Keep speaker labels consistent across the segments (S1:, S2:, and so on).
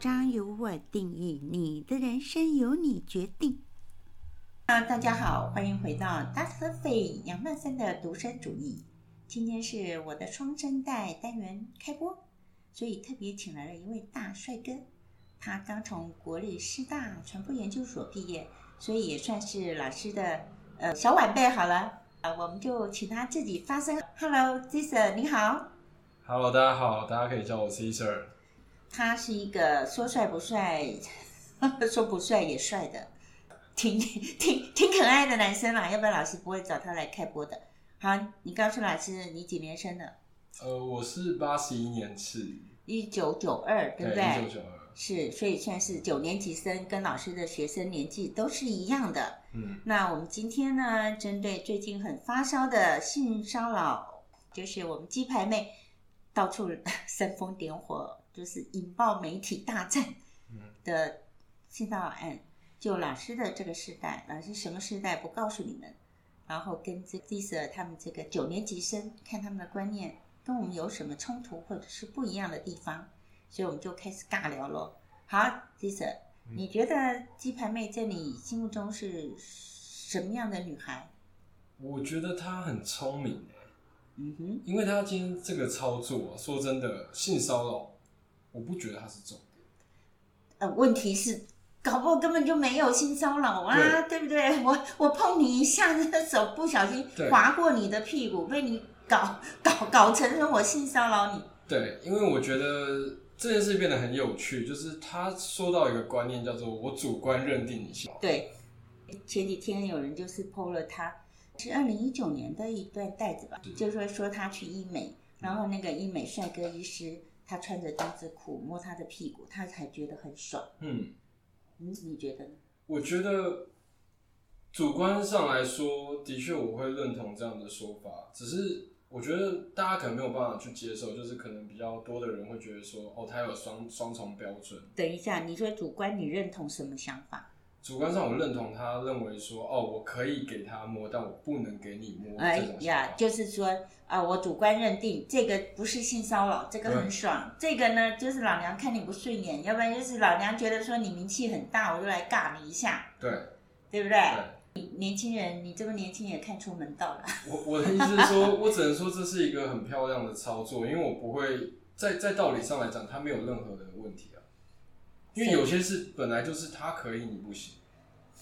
S1: 章由我定义，你的人生由你决定。
S2: 啊，大家好，欢迎回到 Dr. 费杨曼森的独身主义。今天是我的双声带单元开播，所以特别请来了一位大帅哥。他刚从国立师大传播研究所毕业，所以也算是老师的呃小晚辈好了。呃，我们就请他自己发声。Hello，Jason，你好。
S3: Hello，大家好，大家可以叫我 Caesar。
S2: 他是一个说帅不帅， 说不帅也帅的，挺挺挺可爱的男生啦。要不然老师不会找他来开播的。好，你告诉老师你几年生的？
S3: 呃，我是八十一年次，
S2: 一九九二，对不对？
S3: 一九九二，
S2: 是，所以算是九年级生，跟老师的学生年纪都是一样的。
S3: 嗯，
S2: 那我们今天呢，针对最近很发烧的性骚扰，就是我们鸡排妹到处 煽风点火，就是引爆媒体大战
S3: 嗯
S2: 的性骚扰案。就老师的这个时代，老师什么时代不告诉你们，然后跟这 d i s 他们这个九年级生看他们的观念跟我们有什么冲突或者是不一样的地方，所以我们就开始尬聊喽。好 d i s
S3: 嗯
S2: 你觉得鸡排妹在你心目中是什么样的女孩？
S3: 我觉得他很聪明欸
S2: 嗯哼，
S3: 因为他今天这个操作、啊，说真的，性骚扰，我不觉得他是重点。
S2: 呃，问题是。搞不好根本就没有性骚扰啊，对不对？我我碰你一下，那个手不小心
S3: 对
S2: 划过你的屁股，被你搞搞搞成了我性骚扰你。
S3: 对，因为我觉得这件事变得很有趣，就是他说到一个观念叫做“我主观认定你性骚扰”，
S2: 对，前几天有人就是 PO 了他，是二零一九年的一段带子吧
S3: 是，
S2: 就是说说他去医美，然后那个医美帅哥医师，他穿着丁字裤摸他的屁股，他才觉得很爽。
S3: 嗯，
S2: 嗯，你觉得呢？
S3: 我觉得主观上来说，的确我会认同这样的说法，只是我觉得大家可能没有办法去接受，就是可能比较多的人会觉得说，哦，他有双双重标准。
S2: 等一下，你说主观，你认同什么想法？
S3: 主观上我认同他认为说，哦，我可以给他摸，但我不能给你摸
S2: 哎
S3: 这种想
S2: 呀
S3: 法。，
S2: 就是说啊、我主观认定这个不是性骚扰，这个很
S3: 嗯
S2: 爽，这个呢就是老娘看你不顺眼，要不然就是老娘觉得说你名气很大，我就来尬你一下，
S3: 对
S2: 对不
S3: 对，
S2: 年轻人，你这么年轻也看出门道了。
S3: 我我的意思是说，我只能说这是一个很漂亮的操作，因为我不会在在道理上来讲，他没有任何的问题啊。因为有些事本来就是他可以，你不行。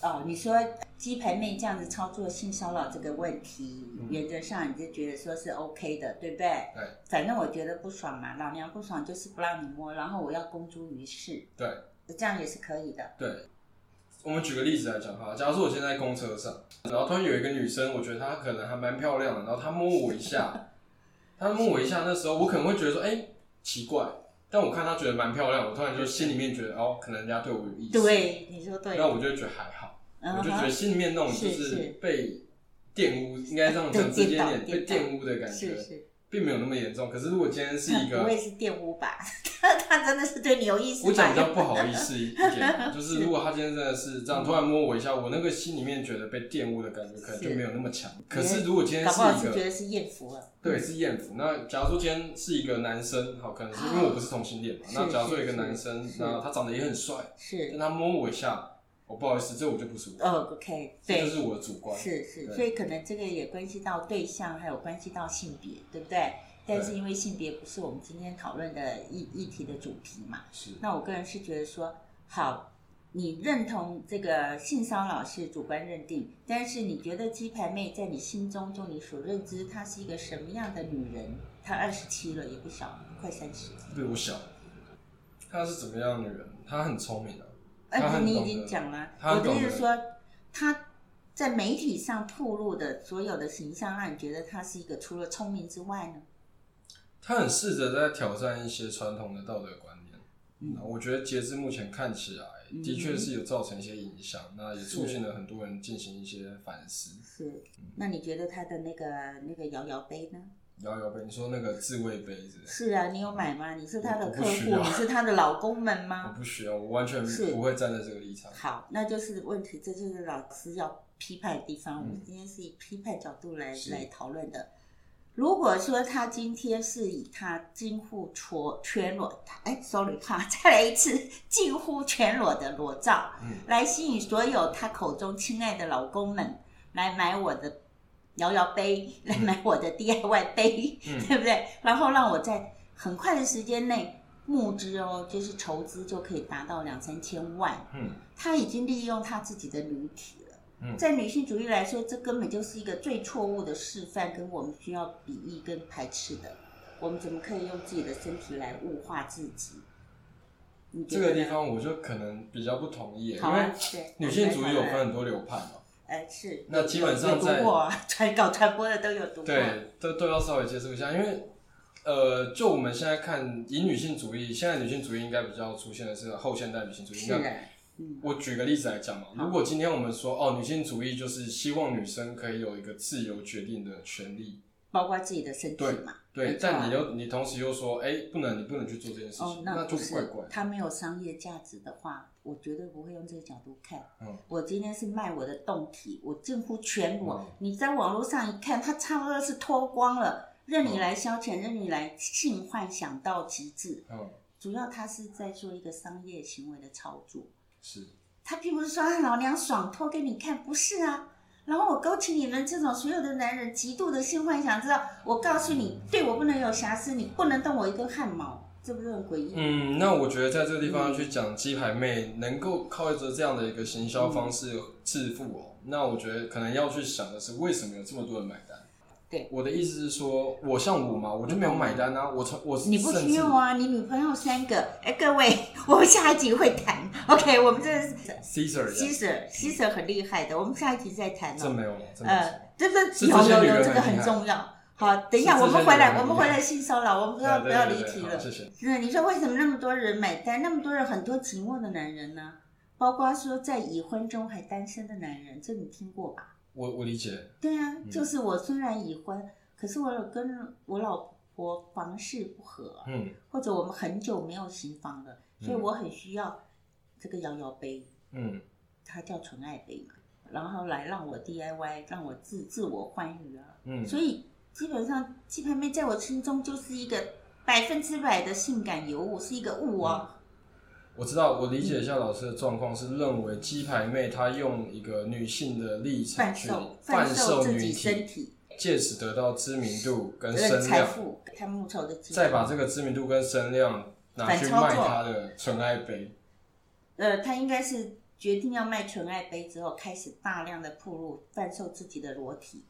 S2: 哦，你说鸡排妹这样子操作性骚扰这个问题，
S3: 嗯
S2: 原则上你就觉得说是 OK 的，对不对？
S3: 对。
S2: 反正我觉得不爽嘛，老娘不爽就是不让你摸，然后我要公诸于世，
S3: 对，
S2: 这样也是可以的。
S3: 对，我们举个例子来讲哈，假如说我现在在公车上，然后突然有一个女生，我觉得她可能还蛮漂亮的，然后她摸我一下，她摸我一下，那时候我可能会觉得说，哎、奇怪，但我看她觉得蛮漂亮，我突然就心里面觉得，哦，可能人家对我有意思，，
S2: 对，你说对。
S3: 那我就会觉得还好，
S2: 嗯
S3: 我就觉得
S2: 哼，
S3: 心里面那种就是
S2: 是
S3: 是被玷污，应该这样
S2: 对
S3: 讲直接
S2: 颠倒
S3: 点，被
S2: 颠倒
S3: 玷污的感
S2: 是
S3: 觉，
S2: 是，
S3: 并没有那么严重。可是如果今天是一
S2: 他
S3: 个
S2: 不会是玷污吧？他他真的是对你有意思吧？
S3: 我讲比较不好意思 一点，就是如果他今天真的是这
S2: 嗯
S3: 样突然摸我一下，我那个心里面觉得被玷污的感觉可能就没有那么强。可是如果今天
S2: 搞不好
S3: 是
S2: 是
S3: 一
S2: 觉
S3: 个
S2: 得是艳福了。
S3: 对是艳福，那假如说今天是一个男生，好，可能是因为我不是同性恋嘛，
S2: 是
S3: 那假如
S2: 哦是
S3: 说有一个
S2: 是
S3: 男生，
S2: 是
S3: 那他长得也很帅，但
S2: 是。
S3: 他摸我一下，我不好意思，这我就不舒服，
S2: 哦，OK，
S3: 这
S2: 对，
S3: 就是我的主观。
S2: 是是，
S3: 对
S2: 所以可能这个也关系到对象，还有关系到性别，对不对？但是
S3: 对
S2: 因为性别不是我们今天讨论的议议题的主题嘛，
S3: 是，
S2: 那我个人是觉得说，好，你认同这个性骚扰是主观认定，但是你觉得鸡排妹在你心中，就你所认知，她是一个什么样的女人？她二十七了，也不小，快三十。
S3: 比我小。她是怎么样的女人？她很聪明啊，她
S2: 呃，
S3: 很
S2: 你
S3: 懂
S2: 已
S3: 得
S2: 经讲了，
S3: 她
S2: 我
S3: 很
S2: 的
S3: 懂
S2: 意
S3: 得
S2: 思说，他在媒体上透露的所有的形象，让你觉得他是一个除了聪明之外呢？
S3: 他很试着在挑战一些传统的道德观念。
S2: 嗯
S3: 那我觉得截至目前看起来，
S2: 嗯
S3: 的确是有造成一些影响，那也
S2: 是
S3: 促进了很多人进行一些反思。
S2: 是，那你觉得他的那个那个摇摇杯呢？
S3: 摇摇杯，你说那个自慰杯之类的，
S2: 是啊，你有买吗？你是他的
S3: 我
S2: 客
S3: 不需
S2: 户，
S3: 要
S2: 你是他的老公们
S3: 我
S2: 吗？
S3: 不需要，我完全
S2: 是
S3: 不会站在这个立场。
S2: 好，那就是问题，这就是老师要批判的地方。我
S3: 嗯
S2: 们今天是以批判角度来
S3: 是
S2: 来讨论的。如果说他今天是以他近乎全全裸，哎，sorry，哈， 再来一次，近乎全裸的裸照，
S3: 嗯
S2: 来吸引所有他口中亲爱的老公们来买我的摇摇杯，来买我的 DIY 杯，
S3: 嗯
S2: 对不对？然后让我在很快的时间内募资哦，就是筹资就可以达到两三千万。
S3: 嗯
S2: 他已经利用他自己的女体了。
S3: 嗯
S2: 在女性主义来说，这根本就是一个最错误的示范，跟我们需要鄙夷跟排斥的。我们怎么可以用自己的身体来物化自己？你觉
S3: 这
S2: 得
S3: 个
S2: 呢
S3: 地方我就可能比较不同意耶，
S2: 好
S3: 因为
S2: 啊，对，
S3: 女性主义有
S2: 我们来讨
S3: 分
S2: 论
S3: 很多流派嘛，
S2: 呃，是
S3: 那基本上
S2: 有
S3: 在
S2: 读过啊传搞传播的都有读过，
S3: 对，都都要稍微接触一下，因为呃，就我们现在看，以女性主义，现在女性主义应该比较出现的是后现代女性主义。
S2: 是
S3: 那
S2: 啊，嗯，
S3: 我举个例子来讲嘛，如果今天我们说哦，女性主义就是希望女生可以有一个自由决定的权利，
S2: 包括自己的身体
S3: 对
S2: 嘛，
S3: 对
S2: 没，错啊
S3: 但你又你同时又说，哎、不能，你不能去做这件事情，
S2: 哦，
S3: 那就
S2: 不
S3: 是
S2: 是
S3: 怪怪的。
S2: 它没有商业价值的话，我绝对不会用这个角度看。
S3: 嗯
S2: 我今天是卖我的动体，我近乎全裸。
S3: 嗯
S2: 你在网络上一看，它差不多是脱光了，任你来消遣，任你来性幻想到极致。
S3: 嗯，
S2: 主要它是在做一个商业行为的操作。
S3: 是，
S2: 他并不是说啊老娘爽脱给你看，不是啊。然后我勾起你们这种所有的男人极度的性幻想，知道？我告诉你，对我不能有瑕疵，你不能动我一根汗毛，这不是很诡异？
S3: 嗯，那我觉得在这个地方要去讲鸡排妹能够靠着这样的一个行销方
S2: 嗯
S3: 式致富哦，那我觉得可能要去想的是为什么有这么多人买单。
S2: 对，
S3: 我的意思是说，我像我嘛，我就没有买单啊，我从我
S2: 你不
S3: 甚
S2: 需
S3: 至
S2: 要啊，你女朋友三个，哎，各位，我们下一集会谈。OK，我们这是
S3: Caesar 一样
S2: Caesar Caesar 很厉害的，我们下一集再谈
S3: 嗯这
S2: 哦。
S3: 没有了，这没有了
S2: 呃，对不
S3: 是
S2: 对？
S3: 这
S2: 有
S3: 些
S2: 有
S3: 女
S2: 有，
S3: 人
S2: 这个
S3: 很
S2: 很
S3: 厉害
S2: 重要。好，等一下
S3: 是
S2: 我
S3: 这
S2: 们
S3: 些
S2: 回
S3: 女人
S2: 来，我
S3: 很
S2: 们
S3: 厉
S2: 回
S3: 害
S2: 来性骚扰，我们不要不
S3: 对
S2: 要
S3: 对
S2: 离
S3: 对
S2: 题
S3: 好
S2: 了。
S3: 谢谢。
S2: 是，你说为什么那么多人买单，那么多人很多寂寞的男人呢？包括说在已婚中还单身的男人，这你听过吧？
S3: 我我理解，
S2: 对啊，
S3: 嗯
S2: 就是我虽然已婚，可是我有跟我老婆房事不合，
S3: 嗯
S2: 或者我们很久没有行房了，所以
S3: 嗯
S2: 我很需要这个摇摇杯，
S3: 嗯
S2: 它叫纯爱杯嘛，然后来让我 DIY，让我自自我欢愉啊。
S3: 嗯，
S2: 所以基本上鸡排妹在我心中就是一个百分之百的性感尤物，是一个物哦。
S3: 我知道，我理解一下老师的状况是认为鸡排妹她用一个女性的立场
S2: 贩
S3: 去
S2: 售
S3: 贩
S2: 售
S3: 售
S2: 自
S3: 女
S2: 己身
S3: 体，
S2: 体、
S3: 借此得到知名度嗯跟
S2: 呃
S3: 声
S2: 财
S3: 量。
S2: 富、他们仇的机
S3: 再
S2: 会。
S3: 把这个知名度跟声量拿去卖他的纯爱杯，
S2: 呃，他应该是决定要卖纯爱杯之后，开始大量的铺路贩售自己的裸体，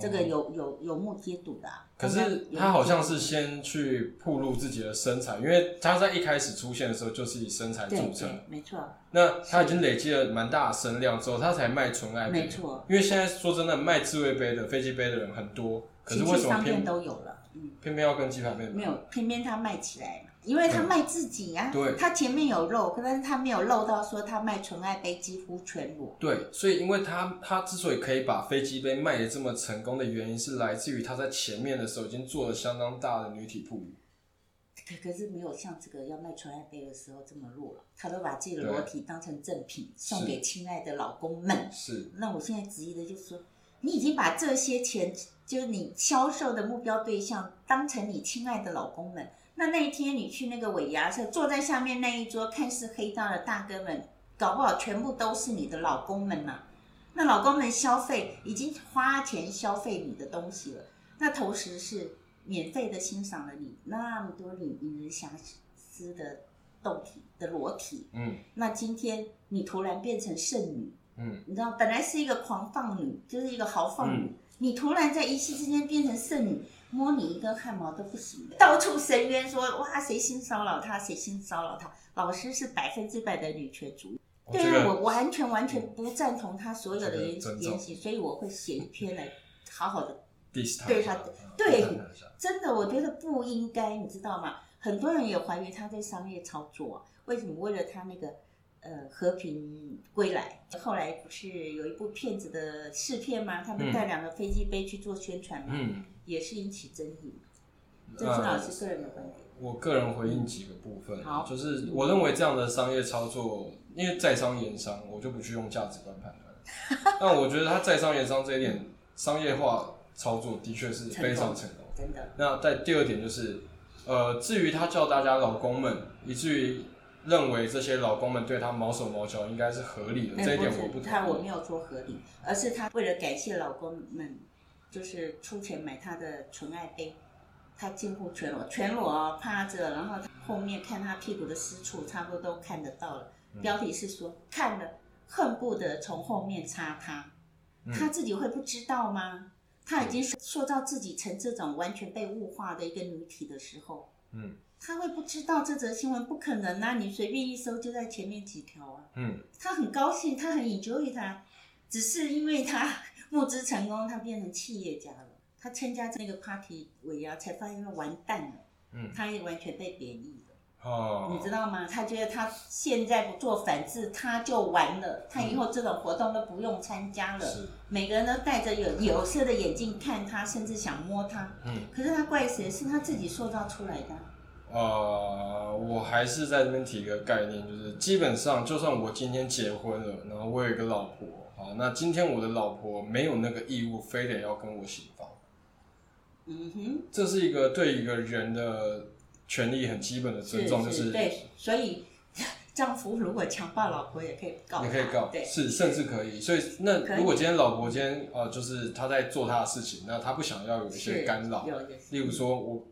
S2: 这个
S3: 哦。
S2: 有有有目皆睹的、啊。
S3: 可
S2: 刚
S3: 是
S2: 刚有
S3: 他好像是先去暴露自己的身材，因为他在一开始出现的时候就是以身材
S2: 对
S3: 著称。
S2: 对，没错，
S3: 那他已经累积了蛮大的声量之后，他才卖纯爱杯。
S2: 没错，
S3: 因为现在说真的，卖自慰杯的、飞机杯的人很多，可是
S2: 情
S3: 为
S2: 趣
S3: 什么
S2: 商
S3: 偏
S2: 店都有了，嗯，
S3: 偏偏要跟鸡排妹买？
S2: 没有，偏偏他卖起来嘛，因为他
S3: 对
S2: 卖自己呀、
S3: 对
S2: 他前面有肉，但是他没有露到说他卖纯爱杯几乎全裸，
S3: 对，所以因为他他之所以可以把飞机杯卖的这么成功的原因，是来自于他在前面的时候已经做了相当大的女体铺路。
S2: 可可是没有像这个要卖纯爱杯的时候这么弱了，他都把自己的裸体当成赠品送给亲爱的老公们。
S3: 是，
S2: 那我现在质疑的就是说，你已经把这些钱，就是你销售的目标对象当成你亲爱的老公们。那那一天你去那个尾牙社，坐在下面那一桌看似黑道的大哥们，搞不好全部都是你的老公们呐、那老公们消费已经花钱消费你的东西了，那同时是免费的欣赏了你那么多你引人遐思的动体的裸体。
S3: 嗯
S2: 那今天你突然变成剩女，
S3: 嗯
S2: 你知道，本来是一个狂放女，就是一个豪放女，你突然在一夕之间变成剩女，摸你一根汗毛都不行，到处伸冤说哇谁性骚扰她，谁性骚扰她。老师是百分之百的女权主义，
S3: 哦
S2: 对
S3: 这
S2: 啊，
S3: 个
S2: 我完全完全不赞同她所有
S3: 这个
S2: 的言
S3: 尊重
S2: 言行，所以我会写一篇来好好的
S3: diss 他
S2: 对
S3: 一下
S2: 他
S3: 嗯
S2: 对
S3: diss 他一下
S2: 真的，我觉得不应该，你知道吗？很多人也怀疑他在商业操作、啊，为什么为了他那个呃和平归来，后来不是有一部骗子的试片吗？他们带两个飞机杯去做宣传嘛，
S3: 嗯，
S2: 也是引起争议嘛。这是老
S3: 呃，
S2: 师个人的观点。
S3: 我个人回应几个部分，啊
S2: 好
S3: 就是我认为这样的商业操作，因为在商言商，我就不去用价值观判断。但我觉得他在商言商这一点商业化操作的确是非常成功的。
S2: 真的，
S3: 那在第二点就是，呃，至于他叫大家老公们，以至于认为这些老公们对他毛手毛脚，应该是合理的，
S2: 嗯
S3: 这一点
S2: 不是
S3: 我不同
S2: 他我
S3: 意。
S2: 没有说合理，而是他为了感谢老公们，就是出钱买他的纯爱杯，他近乎全裸，全裸哦，趴着，然后后面看他屁股的私处，差不多都看得到了。
S3: 嗯
S2: 标题是说看了恨不得从后面插他，
S3: 嗯
S2: 他自己会不知道吗？他已经塑造自己成这种完全被物化的一个女体的时候，
S3: 嗯
S2: 他会不知道这则新闻不可能啊！你随便一搜就在前面几条啊。
S3: 嗯，
S2: 他很高兴，他很 enjoy 他，只是因为他 募资成功，他变成企业家了。他参加这个 party 尾牙才发现完蛋了，
S3: 嗯
S2: 他也完全被贬义了，
S3: 哦
S2: 你，知道吗？他觉得他现在不做反制，他就完了，他以后这种活动都不用参加了。
S3: 是，
S2: 每个人都戴着有有色的眼镜看他，甚至想摸他。
S3: 嗯，
S2: 可是他怪谁？是他自己塑造出来的啊。
S3: 呃，我还是在这边提一个概念，就是基本上，就算我今天结婚了，然后我有一个老婆，好，那今天我的老婆没有那个义务，非得要跟我行房。
S2: 嗯哼，
S3: 这是一个对一个人的权利很基本的尊
S2: 是
S3: 重，就是
S2: 对，所以 丈夫如果强暴老婆也可以告，
S3: 你可以告，
S2: 对，
S3: 是甚至可以。所以那
S2: 可以
S3: 如果今天老婆今天呃，就是她在做她的事情，那她不想要有一些
S2: 是
S3: 干扰，
S2: 有嗯也是
S3: 例如说我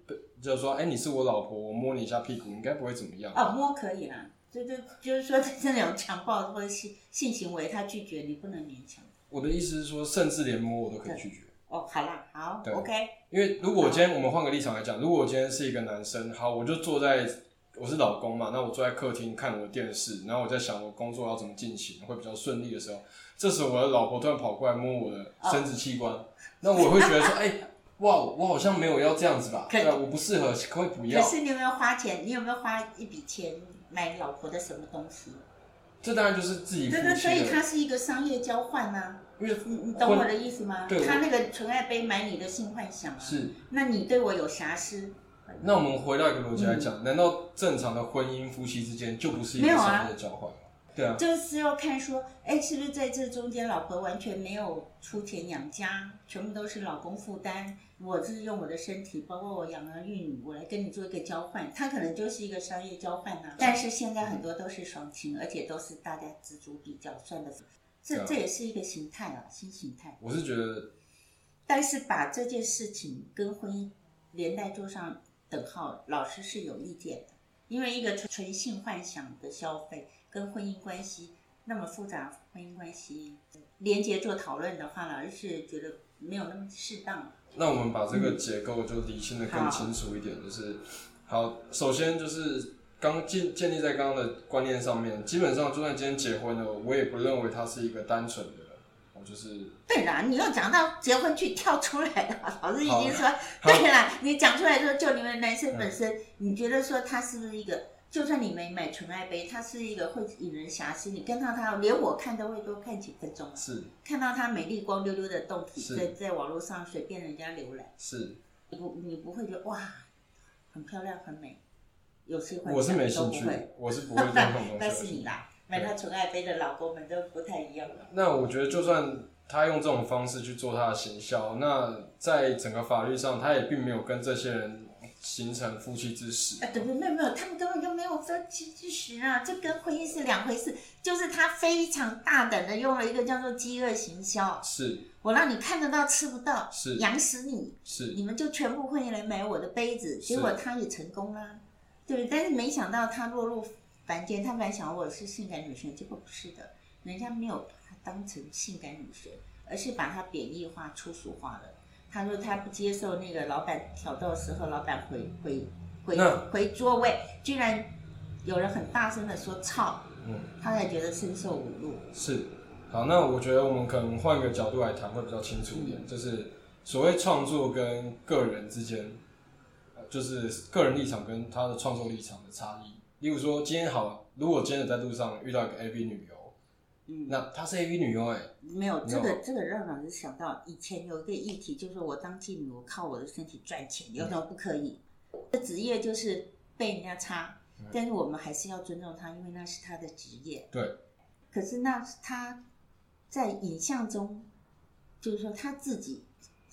S3: 就是说，哎、你是我老婆，我摸你一下屁股，应该不会怎么样。
S2: 哦，摸可以啦，就就就是说那种强暴或者性性行为，他拒绝你不能勉强。
S3: 我的意思是说，甚至连摸我都可以拒绝。
S2: 哦，好啦，好
S3: 对
S2: ，OK，
S3: 因为如果我今天我们换个立场来讲，如果我今天是一个男生，好，我就坐在我是老公嘛，那我坐在客厅看我的电视，然后我在想我工作要怎么进行会比较顺利的时候，这时候我的老婆突然跑过来摸我的
S2: 哦
S3: 生殖器官，那我会觉得说， 哎、哇，我好像没有要这样子吧？
S2: 可
S3: 对啊，我不适合，可不可以不
S2: 可
S3: 要？
S2: 是你有没有花钱？你有没有花一笔钱买老婆的什么东西？
S3: 这当然就是自己夫
S2: 对对，所以
S3: 妻
S2: 它
S3: 的，
S2: 是一个商业交换呐、
S3: 因为
S2: 你你懂我的意思吗？
S3: 对我
S2: 他那个纯爱杯买你的性幻想啊，
S3: 是。
S2: 那你对我有瑕疵？
S3: 那我们回到一个逻辑来讲，难道正常的婚姻夫妻之间就不是一
S2: 嗯
S3: 个
S2: 没有啊
S3: 商业交换吗？对啊，
S2: 就是要看说，哎，是不是在这中间老婆完全没有出钱养家，全部都是老公负担，我是用我的身体，包括我养儿育女，我来跟你做一个交换，它可能就是一个商业交换呐、但是现在很多都是双亲，而且都是大家锱铢比较算的，
S3: 对
S2: 这
S3: 啊
S2: 这也是一个形态啊，新形态。
S3: 我是觉得
S2: 但是把这件事情跟婚姻连带做上等号，老师是有意见的，因为一个纯纯性幻想的消费跟婚姻关系那么复杂，婚姻关系连接做讨论的话，老师是觉得没有那么适当。
S3: 那我们把这个结构就理清的更清楚一点，就是好，首先就是刚建建立在刚刚的观念上面，基本上就算今天结婚了，我也不认为他是一个单纯的人，我就是
S2: 对啦，你又讲到结婚去跳出来了，老师已经说，
S3: 好嗯
S2: 对啦，你讲出来说，就你们男生本身，你觉得说他是不是一个，就算你没买纯爱杯，他是一个会引人遐思，你看到他，连我看都会多看几分钟啊。
S3: 是
S2: 看到她美丽光溜溜的动体，
S3: 是
S2: 在在网络上随便人家浏览，
S3: 是，
S2: 你不你不会觉得哇，很漂亮很美，有些幻想
S3: 我是没
S2: 都
S3: 兴
S2: 不
S3: 趣
S2: 会，，
S3: 我是不会对这种
S2: 那
S3: 东
S2: 是你
S3: 西的。
S2: 啦，买到纯爱杯的老公们都不太一样了。
S3: 那我觉得，就算他用这种方式去做他的行销，那在整个法律上，他也并没有跟这些人形成夫妻之实
S2: 啊，。对对，没有没有，他们根本就没有分期之时啊，这跟婚姻是两回事。就是他非常大胆的用了一个叫做饥饿行销，
S3: 是
S2: 我让你看得到吃不到，
S3: 是
S2: 养死你。
S3: 是，
S2: 你们就全部会来买我的杯子，
S3: 是
S2: 结果他也成功啦，对不对？但是没想到他落入凡间，他本来想我是性感女神，结果不是的，人家没有把她当成性感女神，而是把她贬义化、粗俗化了。他说他不接受那个老板挑逗的时候，老板回回回
S3: 那
S2: 回座位，居然有人很大声的说“操
S3: 嗯。”，
S2: 他才觉得深受侮辱。
S3: 是，好，那我觉得我们可能换一个角度来谈会比较清楚一
S2: 嗯
S3: 点，就是所谓创作跟个人之间，呃就是个人立场跟他的创作立场的差异。例如说，今天好，如果今天在路上遇到一个 AV 女优，
S2: 嗯，
S3: 那她是 AV 女优哎、
S2: 没有
S3: 没
S2: 这
S3: 有
S2: 个，这个让老师想到以前有一个议题，就是我当妓女，我靠我的身体赚钱，有什么不可以？这职业就是被人家插，
S3: 嗯
S2: 但是我们还是要尊重他，因为那是他的职业。
S3: 对。
S2: 可是那他在影像中，就是说他自己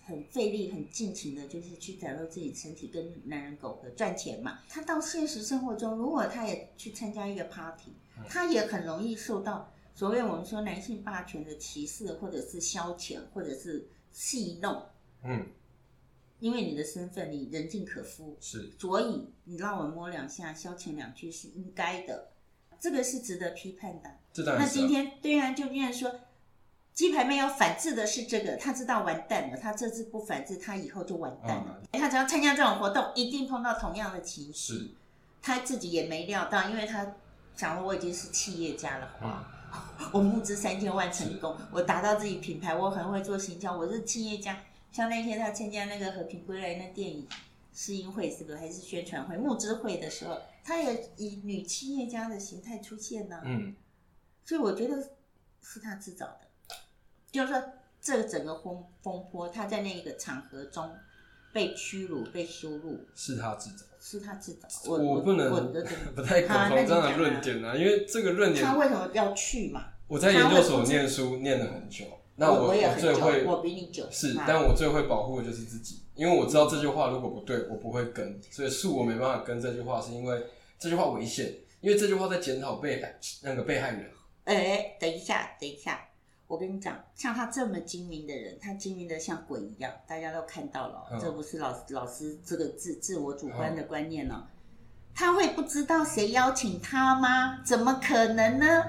S2: 很费力、很尽情的，就是去展露自己身体跟男人苟合赚钱嘛。他到现实生活中，如果他也去参加一个 party，
S3: 嗯
S2: 他也很容易受到所谓我们说男性霸权的歧视，或者是消遣，或者是戏弄。
S3: 嗯，
S2: 因为你的身份，你人尽可夫，
S3: 是
S2: 所以你让我摸两下，消遣两句是应该的，这个是值得批判的。
S3: 这当
S2: 那
S3: 然是、啊。
S2: 今天对岸就变成说，鸡排妹要反制的是这个，她知道完蛋了，她这次不反制，她以后就完蛋了。
S3: 嗯
S2: 她只要参加这种活动，一定碰到同样的情
S3: 是
S2: 绪。她自己也没料到，因为她想说我已经是企业家了，
S3: 啊，
S2: 我募资三千万成功，我达到自己品牌，我很会做行销，我是企业家。像那天他参加那个《和平归来》那电影试映会，是不是还是宣传会、募资会的时候，他也以女企业家的形态出现呢、
S3: 嗯，
S2: 所以我觉得是他自找的，就是说这整个风风波，他在那个场合中被屈辱、被羞辱，
S3: 是他自找。
S2: 是他自找。我
S3: 我不能
S2: 我的
S3: 不太苟
S2: 好那
S3: 同
S2: 你
S3: 这样的
S2: 讲
S3: 论
S2: 啊
S3: 点啊，因为这个论点
S2: 他为什么要去嘛？
S3: 我在研究所念书念了很久，那
S2: 我
S3: 我
S2: 也很
S3: 最会
S2: 久，我比你久
S3: 是
S2: 嘛，
S3: 但我最会保护的就是自己，因为我知道这句话如果不对，我不会跟，所以恕我没办法跟这句话，是因为这句话危险，因为这句话在检讨被那个被害人，
S2: 哎，等一下，等一下，我跟你讲，像他这么精明的人，他精明的像鬼一样，大家都看到了哦，
S3: 嗯
S2: 这不是老老师这个自自我主观的观念
S3: 嗯
S2: 哦。他会不知道谁邀请他吗？怎么可能呢？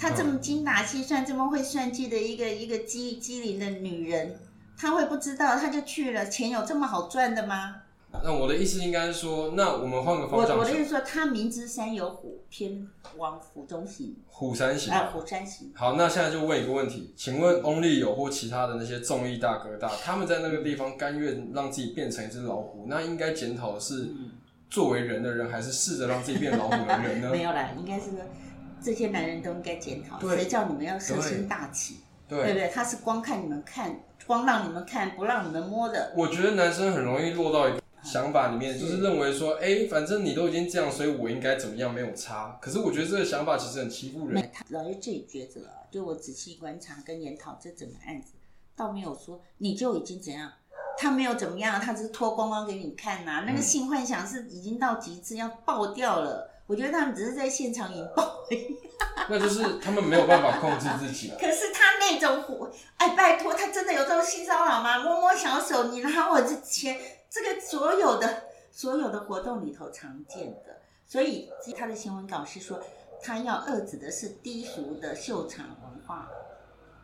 S2: 她这么精打细算、这么会算计的一个
S3: 嗯
S2: 一个机机灵的女人，她会不知道，她就去了。钱有这么好赚的吗？
S3: 那我的意思应该是说，那我们换个
S2: 我
S3: 方向
S2: 我的意
S3: 想，
S2: 思说，她明知山有虎，偏往虎中行，
S3: 虎山行。
S2: 啊，虎山行。
S3: 好，那现在就问一个问题，请问 Only 有或其他的那些综艺大哥大，他们在那个地方甘愿让自己变成一只老虎，那应该检讨的是
S2: 嗯
S3: 作为人的人，还是试着让自己变老虎的人呢？
S2: 没有啦，应该是说这些男人都应该检讨，
S3: 对
S2: 谁叫你们要色心大起，对
S3: 对
S2: 不，对？他是光看你们看，光让你们看，不让你们摸的。
S3: 我觉得男生很容易落到一个想法里面，就是认为说，哎、反正你都已经这样，所以我应该怎么样没有差。可是我觉得这个想法其实很欺负人。
S2: 他老爷自己抉择了，就我仔细观察跟研讨这整个案子，倒没有说你就已经怎样。他没有怎么样，他只是脱光光给你看呐、那个
S3: 嗯
S2: 性幻想是已经到极致，要爆掉了。我觉得他们只是在现场引爆
S3: 那就是他们没有办法控制自己。
S2: 可是他那种虎，哎，拜托，他真的有这种性骚扰吗？摸摸小手，你拿我的钱，这个所有的所有的活动里头常见的。所以他的新闻稿是说，他要遏制的是低俗的秀场文化。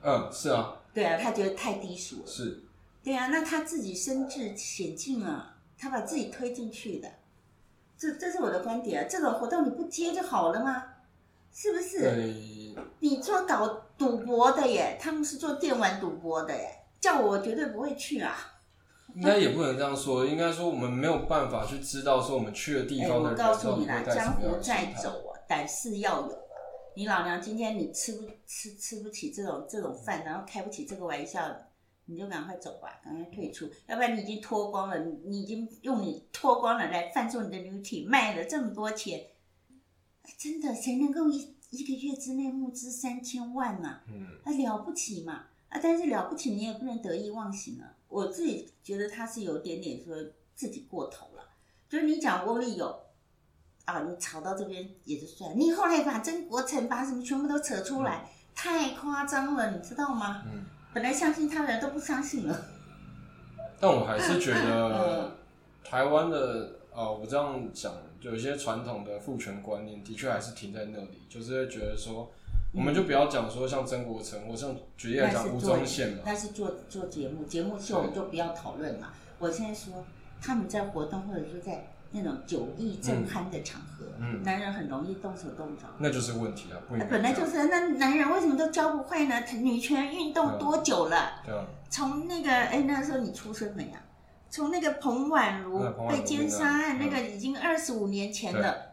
S3: 嗯，是啊，
S2: 对啊，他觉得太低俗了。
S3: 是
S2: 对啊，那他自己身至险境啊，他把自己推进去的，这这是我的观点啊。这种活动你不接就好了吗？是不是？
S3: 对，
S2: 你做搞赌博的耶，他们是做电玩赌博的耶，叫我绝对不会去啊！
S3: 应该也不能这样说。应该说我们没有办法去知道说我们去的地
S2: 哎，
S3: 方的
S2: 我
S3: 人
S2: 告
S3: 到底
S2: 诉你
S3: 会
S2: 啦，
S3: 带什
S2: 江
S3: 么样
S2: 湖
S3: 的心
S2: 再
S3: 态。
S2: 走啊，胆识要有啊。你老娘今天你吃不吃吃不起这种这种饭，然后开不起这个玩笑，你就赶快走吧，赶快退出，要不然你已经脱光了，你你已经用你脱光了来贩售你的女体，卖了这么多钱，哎真的谁能够一一个月之内募资三千万呢、
S3: 嗯，
S2: 啊，了不起嘛！啊，但是了不起，你也不能得意忘形啊。我自己觉得他是有点点说自己过头了，就是你讲翁立友啊，你吵到这边也就算，你后来把曾国成把什么全部都扯出来，太夸张了，你知道吗？
S3: 嗯，
S2: 本来相信他的人都不相信了。
S3: 但我还是 觉
S2: 嗯
S3: 得台湾的啊、我这样讲，有些传统的父权观念的确还是停在那里，就是会觉得说，我们就不要讲说像曾国成，或像举例来
S2: 那
S3: 讲
S2: 是
S3: 吴
S2: 做
S3: 宗宪嘛，
S2: 但是做做节目，节目秀我们就不要讨论嘛。我现在说他们在活动或者是在那种酒意正酣的场合，
S3: 嗯
S2: 男人很容易动手动脚。
S3: 那就是问题啊，不应该
S2: 本来
S3: 这
S2: 就
S3: 样
S2: 呃是，那男人为什么都教不会呢？女权运
S3: 嗯
S2: 动多久了？
S3: 对啊，
S2: 从那个哎，那时候你出生没啊？从那个彭婉如
S3: 嗯彭婉如
S2: 被奸杀案
S3: 那
S2: 那
S3: 个嗯
S2: 个已经二十五年前了，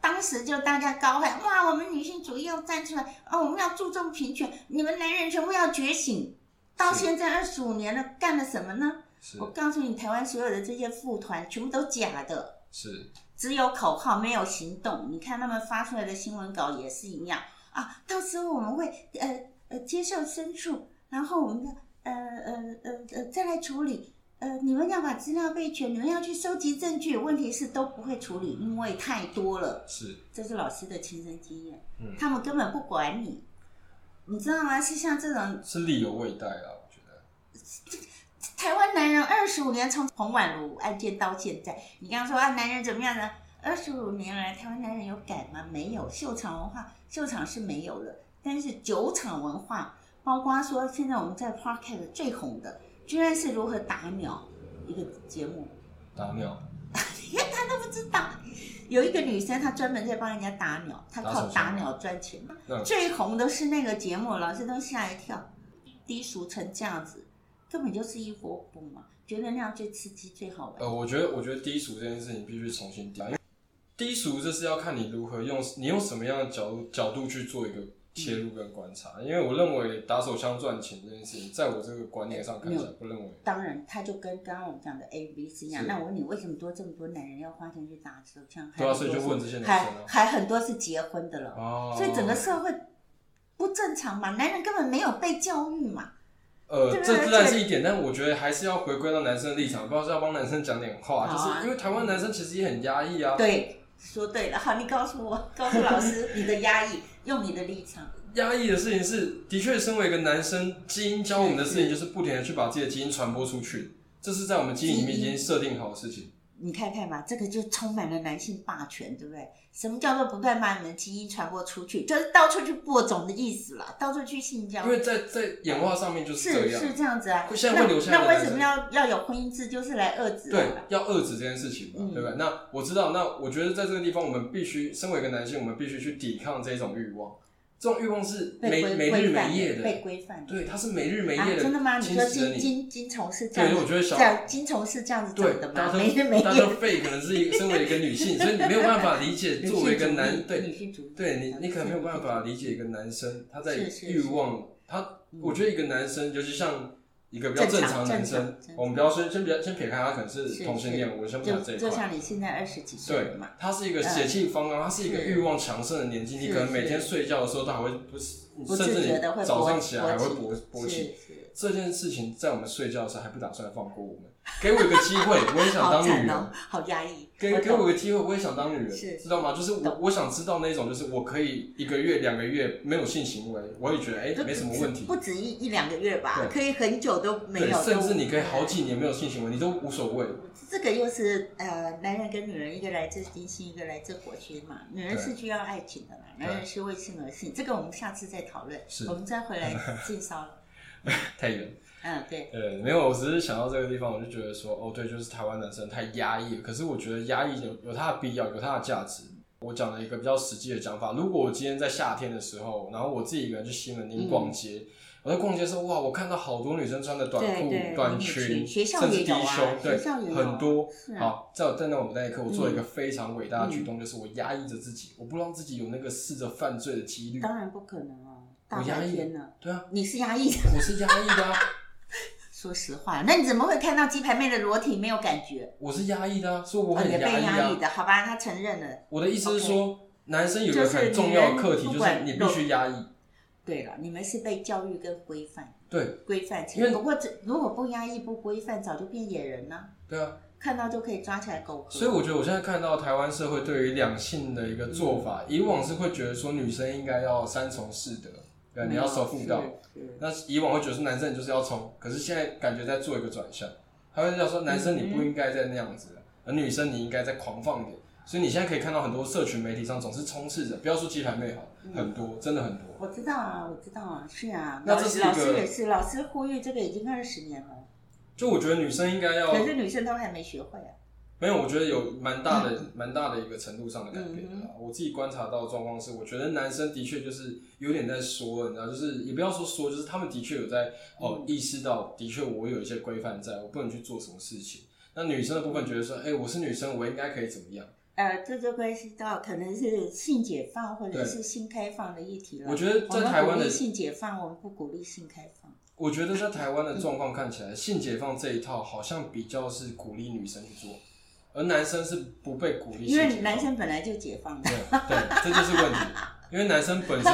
S2: 当时就大家高喊哇，我们女性主义要站出来哦，我们要注重平权，你们男人全部要觉醒。到
S3: 是
S2: 现在二十五年了，干了什么呢？
S3: 是
S2: 我告诉你，台湾所有的这些副团全部都假的。
S3: 是，
S2: 只有口号没有行动。你看他们发出来的新闻稿也是一样啊，到时候我们会呃呃接受申诉，然后我们的呃呃呃呃再来处理。呃，你们要把资料备全，你们要去收集证据，问题是都不会处理，因为太多了。
S3: 是，
S2: 这是老师的亲身经验，
S3: 嗯，
S2: 他们根本不管你，你知道吗？是像这种
S3: 是力有未逮啦，我觉得。
S2: 台湾男人二十五年从彭婉如案件到现在，你刚刚说啊，男人怎么样呢？二十五年来，台湾男人有改吗？没有，秀场文化，秀场是没有的，但是酒场文化，包括说现在我们在 p a r k e t 最红的，居然是如何打鸟一个节目，
S3: 打鸟，
S2: 你看他都不知道，有一个女生她专门在帮人家打鸟，她
S3: 打手
S2: 靠
S3: 枪
S2: 打鸟赚钱。
S3: 嗯
S2: 最红的是那个节目，老师都吓一跳，低俗成这样子，根本就是一窝蜂嘛，觉得那样最刺激、最好玩。
S3: 呃，我觉得我觉得低俗这件事情必须重新定，因为低俗这是要看你如何用你用什么样的角度角度去做一个切入跟观察，因为我认为打手枪赚钱这件事情，在我这个观念上看起来，不认为
S2: 当然，它就跟刚刚我们讲的 A、B 是一样。
S3: 是
S2: 那我问你，为什么多这么多男人要花钱去打手枪？还
S3: 对啊
S2: 很
S3: 所以
S2: 多
S3: 就是问这些男
S2: 还
S3: 生啊
S2: 还很多是结婚的了。
S3: 哦，
S2: 所以整个社会不正常嘛，男人根本没有被教育嘛。
S3: 呃，
S2: 对
S3: 这
S2: 不对
S3: 自然是一点，但我觉得还是要回归到男生的立场，不知道是要帮男生讲点话，
S2: 好啊
S3: 就是因为台湾男生其实也很压抑啊，
S2: 对，说对了。好，你告诉我，告诉老师 你的压抑，用你的立场。
S3: 压抑的事情是，的确，身为一个男生，基因教我们的事情就是不停的去把自己的基因传播出去，这是在我们基因里面已经设定好的事情。
S2: 你看看吧，这个就充满了男性霸权，对不对？什么叫做不断把你们基因传播出去，就是到处去播种的意思啦，到处去性交
S3: 因。为在在演化上面就是这
S2: 是
S3: 样，
S2: 是这样子啊，
S3: 会现在会留下来
S2: 那
S3: 的
S2: 那为什
S3: 男
S2: 么
S3: 生
S2: 要要有婚姻制，就是来遏制
S3: 对
S2: 啊，
S3: 要遏制这件事情嘛，
S2: 嗯
S3: 对不对？那我知道，那我觉得在这个地方，我们必须身为一个男性，我们必须去抵抗这种欲望，这种欲望是
S2: 被
S3: 没
S2: 规
S3: 没日
S2: 规范
S3: 没夜
S2: 被
S3: 的，
S2: 规范的。
S3: 对，它是没日没
S2: 啊
S3: 夜，的
S2: 真的吗？你
S3: 侵
S2: 说
S3: 蚀着
S2: 金
S3: 你。
S2: 金金虫是这样
S3: 对，
S2: 子，
S3: 我觉得小
S2: 这样金虫是这样子
S3: 对
S2: 长的，
S3: 大
S2: 吗？
S3: 家都
S2: 没日没
S3: 大家都
S2: 夜。
S3: 废，可能是一个身为一个女性，所以你没有办法理 解
S2: 女
S3: 作
S2: 性
S3: 为一
S2: 主
S3: 个
S2: 义
S3: 男对
S2: 女性主义，
S3: 对你，你可能没有办法
S2: 理。
S3: 理解一个男生他在
S2: 是是嗯
S3: 欲望，他我觉得一个男生，尤其像一个比较正常的男
S2: 正常
S3: 生
S2: 正常，
S3: 我们不要先先别先撇开他可能是
S2: 是
S3: 同性恋，我先不
S2: 就
S3: 讲这一
S2: 就
S3: 块。
S2: 像你现在二十几岁
S3: 对
S2: 了嘛，，嗯
S3: 他是一个血气方刚，他是一个
S2: 是
S3: 欲望强盛的年纪，你可能
S2: 是
S3: 每
S2: 是
S3: 天睡觉的时候都还会不是，你
S2: 不
S3: 甚至
S2: 自觉的会
S3: 你早上
S2: 勃
S3: 起来还会
S2: 勃
S3: 勃勃起。
S2: 是是
S3: 这件事情在我们睡觉的时候还不打算放过我们，给我一个机会，我也想
S2: 好
S3: 当女
S2: 惨
S3: 人
S2: 哦。，好压抑。
S3: 给
S2: 我
S3: 给我
S2: 懂
S3: 个机会，我也想当女
S2: 是
S3: 人，知道吗？就是我
S2: 懂
S3: 我想知道那种，就是我可以一个月、两个月没有性行为，我也觉得哎、
S2: 就
S3: 没什么问题。
S2: 不止一一两个月吧
S3: 对，
S2: 可以很久都没
S3: 对，
S2: 有。
S3: 甚
S2: 都
S3: 至你可以好几年没有性行为，你都无所谓。
S2: 这个又是呃，男人跟女人，一个来自金星，一个来自火星嘛。女人
S3: 对
S2: 是需要爱情的啦，
S3: 对
S2: 男人是为性而性。这个我们下次再讨论
S3: 是，
S2: 我们再回来介绍 了。
S3: 太远。
S2: 嗯，对，
S3: 呃，没有，我只是想到这个地方，我就觉得说，哦，对，就是台湾男生太压抑了。可是我觉得压抑有有它的必要，有它的价值。我讲了一个比较实际的讲法，如果我今天在夏天的时候，然后我自己一个人去西门町
S2: 嗯
S3: 逛街，我在逛街的时候，哇，我看到好多女生穿的短
S2: 对
S3: 裤
S2: 对、
S3: 短
S2: 迷你
S3: 裙，
S2: 裙学校
S3: 甚至
S2: 也
S3: 低
S2: 有啊
S3: 胸，对
S2: 学校也，有啊
S3: 很多。
S2: 是啊嗯
S3: 好，在我在那我那一刻，我做了一个非常伟大的举动，就是我压抑着自己，我不让自己有那个试着犯罪的几率。
S2: 当然不可能哦，
S3: 我
S2: 大
S3: 压
S2: 白
S3: 抑
S2: 天呢，
S3: 对啊，
S2: 你是压抑的。
S3: 我是压抑的、啊。
S2: 说实话，那你怎么会看到鸡排妹的裸体没有感觉？
S3: 我是压抑的、啊，所以我
S2: 哦，
S3: 很
S2: 也被
S3: 压抑
S2: 压
S3: 啊
S2: 抑。的，好吧，她承认了。
S3: 我的意思是说男生有一个很重要的课题，
S2: 就是女
S3: 就是
S2: 人
S3: 你必须压抑。
S2: 对了，你们是被教育跟规范
S3: 对
S2: 规范起
S3: 因为
S2: 来，不过这如果不压抑不规范，早就变野人了，
S3: 对啊，
S2: 看到就可以抓起来狗喝。
S3: 所以我觉得我现在看到台湾社会对于两性的一个做法，
S2: 嗯
S3: 以往是会觉得说女生应该要三从四德，对啊，你要守妇道。
S2: 嗯是。是
S3: 那以往会觉得说男生你就是要冲，可是现在感觉在做一个转向，他会要说男生你不应该再那样子了，而女生你应该再狂放一点。所以你现在可以看到很多社群媒体上总是充斥着，不要说鸡排妹好，
S2: 嗯
S3: 很多真的很多。
S2: 我知道啊，我知道啊，是啊，
S3: 那
S2: 老
S3: 这
S2: 师
S3: 是一个
S2: 老师也是，老师呼吁这个已经二十年了，
S3: 就我觉得女生应该要
S2: 可是女生都还没学会啊。
S3: 没有，我觉得有蛮大的、蛮大的一个程度上的改变
S2: 嗯
S3: 啦。我自己观察到的状况是，我觉得男生的确就是有点在说，你知道，就是也不要说说，就是他们的确有在
S2: 嗯
S3: 哦、意识到，的确我有一些规范在，我不能去做什么事情。那女生的部分
S2: 嗯
S3: 觉得说，哎、我是女生，我应该可以怎么样？
S2: 呃，这就关系到可能是性解放或者
S3: 对
S2: 是性开放的议题了。
S3: 我觉得在
S2: 我们
S3: 台湾
S2: 鼓
S3: 的
S2: 励，性解放，我们不鼓励性开放。
S3: 我觉得在台湾的状况看起来，性解放这一套好像比较是鼓励女生去做，而男生是不被鼓励性
S2: 因
S3: 解放，
S2: 为男生本来就解放了，
S3: 对对，这就是问题。因为男生本身，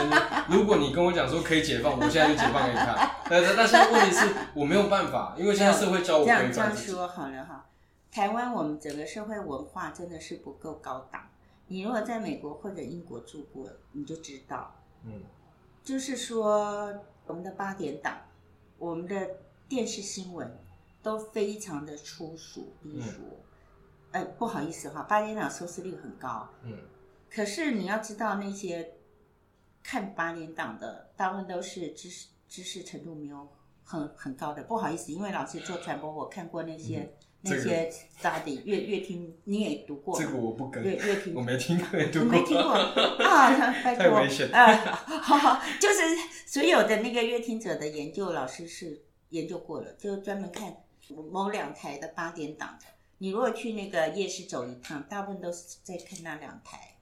S3: 如果你跟我讲说可以解放，我现在就解放给你看。但但现在问题是我没有办法，因为现在社会教
S2: 这
S3: 我规
S2: 样这
S3: 范
S2: 样
S3: 自己。
S2: 说好了哈，台湾我们整个社会文化真的是不够高档。你如果在美国或者英国住过，你就知道，
S3: 嗯，
S2: 就是说我们的八点档，我们的电视新闻都非常的粗俗低俗。呃，不好意思哈，八点档收视率很高，
S3: 嗯，
S2: 可是你要知道那些看八点档的，大部分都是知识知识程度没有很很高的。不好意思，因为老师做传播，我看过那些、
S3: 嗯这
S2: 那
S3: 个
S2: 些 study 乐乐听，你也读过嘛，
S3: 这个我不跟，
S2: 乐乐听
S3: 我没听过，也
S2: 我
S3: 读
S2: 没听 过啊，拜托，
S3: 太危险
S2: 啊！好好，就是所有的那个乐听者的研究，老师是研究过了，就专门看某两台的八点档的。你如果去那个夜市走一趟，大部分都是在看那两台。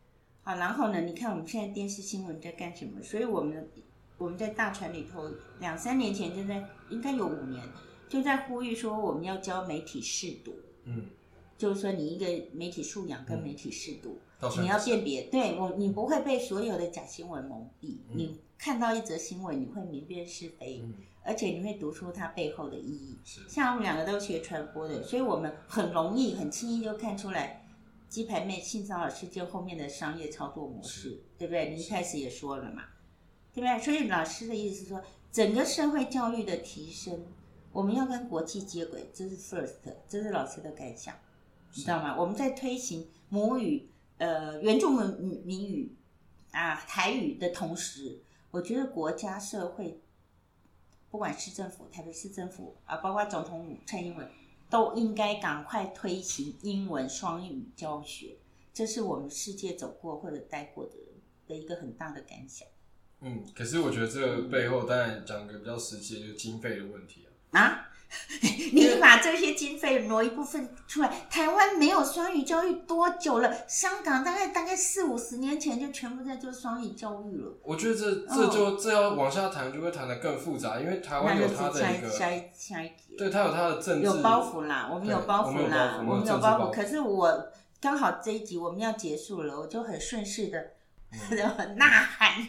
S2: 好，然后呢，你看我们现在电视新闻在干什么？所以我们我们在大船里头，两三年前就在，应该有五年，就在呼吁说我们要教媒体试读，
S3: 嗯，
S2: 就是说你一个媒体素养跟媒体试读。
S3: 到时候
S2: 你要辨别，对我，你不会被所有的假新闻蒙蔽。
S3: 嗯
S2: 你看到一则新闻，你会明辨是非，
S3: 嗯
S2: 而且你会读出它背后的意义。
S3: 是
S2: 像我们两个都学传播的，所以我们很容易、很轻易就看出来鸡排妹性骚扰事件后面的商业操作模式
S3: 是，
S2: 对不对？你一开始也说了嘛，对不对？所以老师的意思是说，整个社会教育的提升，我们要跟国际接轨，这是 first，这是老师的感想，你知道吗？我们在推行母语、呃原住民民语啊台语的同时，我觉得国家社会不管市政府、台北市政府啊，包括总统府蔡英文，都应该赶快推行英文双语教学。这是我们世界走过或者待过的人的一个很大的感想
S3: 嗯，可是我觉得这背后当然讲个比较实际，就是经费的问题啊。
S2: 啊！你把这些经费挪一部分出来，台湾没有双语教育多久了？香港大概大概四五十年前就全部在做双语教育了。
S3: 我觉得
S2: 哦
S3: 这这就这要往下谈，就会谈的更复杂，因为台湾
S2: 那
S3: 有
S2: 就是
S3: 它
S2: 下
S3: 的一
S2: 一下
S3: 个，
S2: 一下一集。
S3: 对，它有它的政治
S2: 有包袱啦，我们有
S3: 对
S2: 包
S3: 我们
S2: 袱
S3: 有
S2: 啦
S3: 包袱，
S2: 我
S3: 我
S2: 们
S3: 们有
S2: 有
S3: 政
S2: 袱。
S3: 治包袱
S2: 可是我刚好这一集我们要结束了，我就很顺势的
S3: 嗯
S2: 呐喊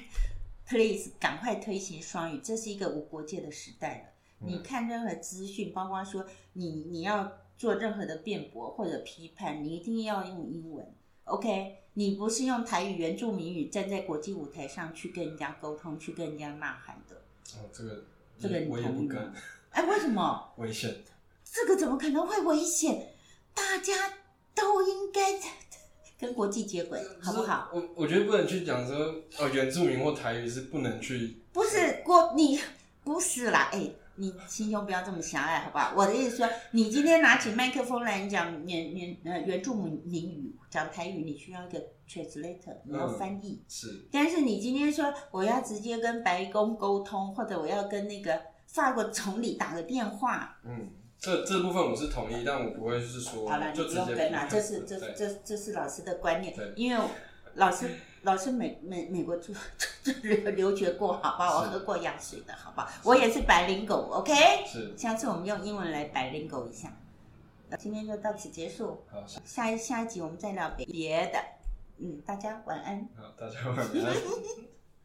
S2: ，please 赶快推行双语，这是一个无国界的时代了。
S3: 嗯
S2: 你看任何资讯，包括说你你要做任何的辩驳或者批判，你一定要用英文，OK？你不是用台语原住民语站在国际舞台上去跟人家沟通，去跟人家呐喊的，
S3: 哦，这个
S2: 这个你
S3: 我也
S2: 同
S3: 不
S2: 意吗
S3: 敢，？
S2: 哎，为什么？
S3: 危险。
S2: 这个怎么可能会危险？大家都应该 跟国际接轨，好不好？？
S3: 我我觉得不能去讲说哦，原住民或台语是不能去，
S2: 不是国，你不是啦，哎、你心胸不要这么狭隘，好不好？我的意思说，你今天拿起麦克风来你讲原原呃原住民语，讲台语，你需要一个 translator，你要
S3: 嗯
S2: 翻译。
S3: 是
S2: 但是你今天说我要直接跟白宫沟通，或者我要跟那个法国总理打个电话，
S3: 嗯，这这部分我是同意，但我不会是说
S2: 好了，你
S3: 就
S2: 不
S3: 直
S2: 用
S3: 接
S2: 跟
S3: 批
S2: 啦
S3: 判，
S2: 这是这
S3: 对
S2: 是这是这是老师的观念
S3: 对，
S2: 因为老师老师美美美国住留留学过，好吧，我
S3: 是
S2: 喝过洋水的，好吧，我也是白领狗，OK，
S3: 是
S2: 下次我们用英文来白领狗一下。呃今天就到此结束，
S3: 好，是
S2: 下一下一集我们再聊别的，嗯，大家晚安。
S3: 好，大家晚安。